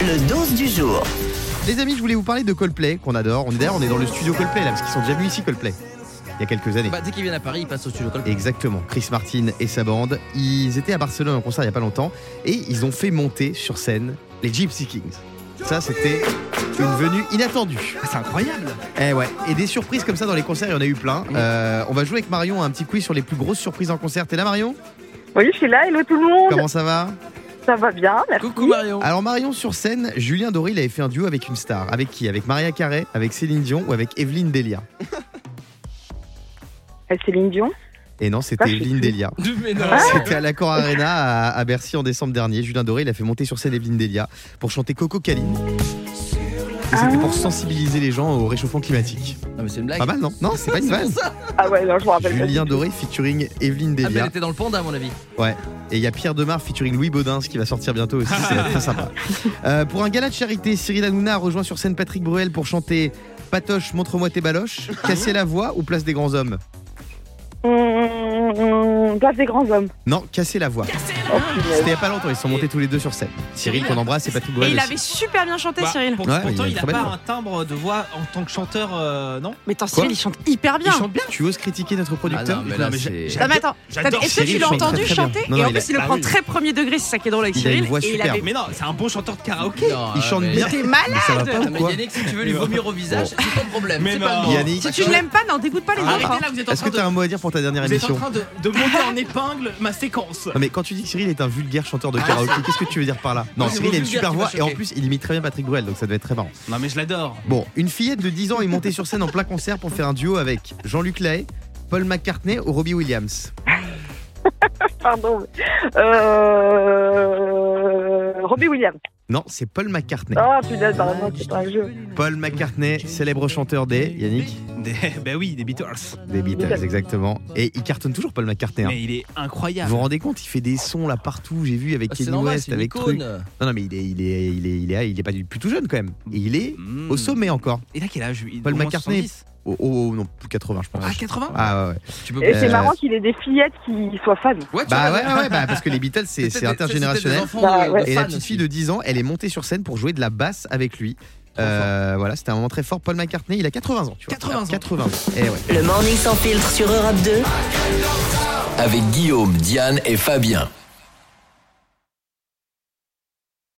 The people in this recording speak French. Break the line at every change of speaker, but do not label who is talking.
Le 12 du jour.
Les amis, je voulais vous parler de Coldplay qu'on adore. On est d'ailleurs, on est dans le studio Coldplay là, parce qu'ils sont déjà venus ici Coldplay il y a quelques années.
Bah, dès qu'ils viennent à Paris, ils passent au studio Coldplay.
Exactement. Chris Martin et sa bande, ils étaient à Barcelone en concert il y a pas longtemps et ils ont fait monter sur scène les Gypsy Kings. Ça, c'était une venue inattendue.
Ah, c'est incroyable
Eh ouais. Et des surprises comme ça dans les concerts, il y en a eu plein. Euh, on va jouer avec Marion à un petit quiz sur les plus grosses surprises en concert. T'es là, Marion
Oui, je suis là, hello tout le monde,
Comment ça va
ça va bien, merci.
Coucou Marion
Alors Marion sur scène, Julien Doré il avait fait un duo avec une star. Avec qui Avec Maria Carré, avec Céline Dion ou avec Evelyne Delia
Euh, Céline Dion,
Et non, c'était
Ah, je sais
Evelyne
plus.
Delia.
Mais non
Ah. C'était à l'Accor Arena à, à Bercy en décembre dernier. Julien Doré il a fait monter sur scène Evelyne Delia pour chanter Coco Caline. Et C'était pour sensibiliser les gens au réchauffement climatique.
Non, mais c'est une blague
Pas mal, non Non, c'est Ah bah, pas une
C'est
vanne.
pour ça
ah ouais, non, je me rappelle pas.
Julien Doré featuring Evelyne
Ah, mais elle
Delia.
était dans le panda, à mon avis.
Ah Et il y a Pierre Demar featuring Louis Baudin, ce qui va sortir bientôt aussi. C'est très sympa. Euh, pour un gala de charité, Cyril Hanouna a rejoint sur scène Patrick Bruel pour chanter Patoche, montre-moi tes baloches, Casser la voix ou Place des grands hommes
Hum, hum, Place des grands hommes.
Non, Casser la voix.
Oh, punaise.
C'était il y a pas longtemps, ils sont montés tous les deux sur scène. Cyril qu'on embrasse et Patrick Bruel.
Et il
aussi.
avait super bien chanté,
Bah,
Cyril.
pour-
Ouais, il a
pourtant,
une
il n'a
très
pas
belle voix.
un timbre de voix en tant que chanteur, euh, non
Mais attends, Cyril, il chante hyper bien.
Il chante bien. Tu oses critiquer notre producteur
Ah non, mais
Non,
là,
mais
c'est-
j'ai-
Non, mais attends,
J'adore
est-ce que
Cyril,
tu l'as
il chante
entendu
très, très
chanter
bien. Non,
Et
non,
en
il
plus,
a- Ah
il le
bah
prend
oui.
très premier degré, c'est ça qui est drôle avec
Il a
Cyril.
une voix
et il
superbe.
avait-
Mais non, c'est un Ah bon chanteur de karaoké.
Non,
Il
ah,
chante
mais-
bien.
T'es malade
Mais ça va pas
Non,
ou
mais
quoi
Yannick, si tu veux lui vomir au visage, c'est ton problème.
Mais
c'est pas
non.
le mien.
Yannick,
Si tu ne l'aimes pas, n'en dégoûte pas les
Arrêtez
Ah.
autres. hein.
là, vous êtes en
Est-ce que
train de.
tu as un mot à dire pour ta dernière
Vous êtes en
émission
train de,
Ah,
de monter en épingle ma séquence.
Non mais quand tu dis que Cyril est un vulgaire chanteur de karaoké, qu'est-ce que tu veux dire par là Non,
Oui,
Cyril a une
vulgaire
super
qui
voix
m'a
et en
choqué.
plus il imite très bien Patrick Bruel, donc ça devait être très marrant.
Non, mais je l'adore.
Bon, une fillette de 10 ans est montée sur scène en plein concert pour faire un duo avec Jean-Luc Lahaye, Paul McCartney ou Robbie Williams.
Pardon. mais- Euh... Robbie Williams.
Non, c'est Paul McCartney.
Oh, punaise, pardon, c'est pas un jeu.
Paul McCartney, célèbre chanteur des Yannick,
Des- ben oui, des Beatles.
des Beatles exactement. Et il cartonne toujours Paul McCartney. hein.
Mais il est
Vous
incroyable.
vous rendez compte, il fait des sons là partout. J'ai vu avec
Ah, C'est
Kenny
normal,
West,
c'est une
avec truc.
icône.
Non, non, mais il est, il est, il est, il est, il est pas du plus tout jeune quand même. Et il est
Mmh.
Hmm.
au sommet encore.
Et là, quel âge Il-
Paul
au moins
McCartney.
70.
Oh, oh, oh, non, plus 80 je pense.
Ah, 80
Ah ouais, ouais.
Tu peux
Et c'est
Euh,
marrant qu'il ait des fillettes qui soient fans.
Ouais, tu
Bah
vois,
ouais, ouais, ouais, bah, parce que les Beatles c'est
c'était
c'est
des-
intergénérationnel.
c'était des enfants de-
Bah ouais.
de
Et la
fans
petite
aussi.
fille de 10 ans, elle est montée sur scène pour jouer de la basse avec lui. Euh, voilà, c'était un moment très fort. Paul McCartney, il a 80 ans, tu vois.
80 ans.
80 ans. Eh ouais.
Le morning sans filtre sur Europe 2.
avec Guillaume, Diane et Fabien.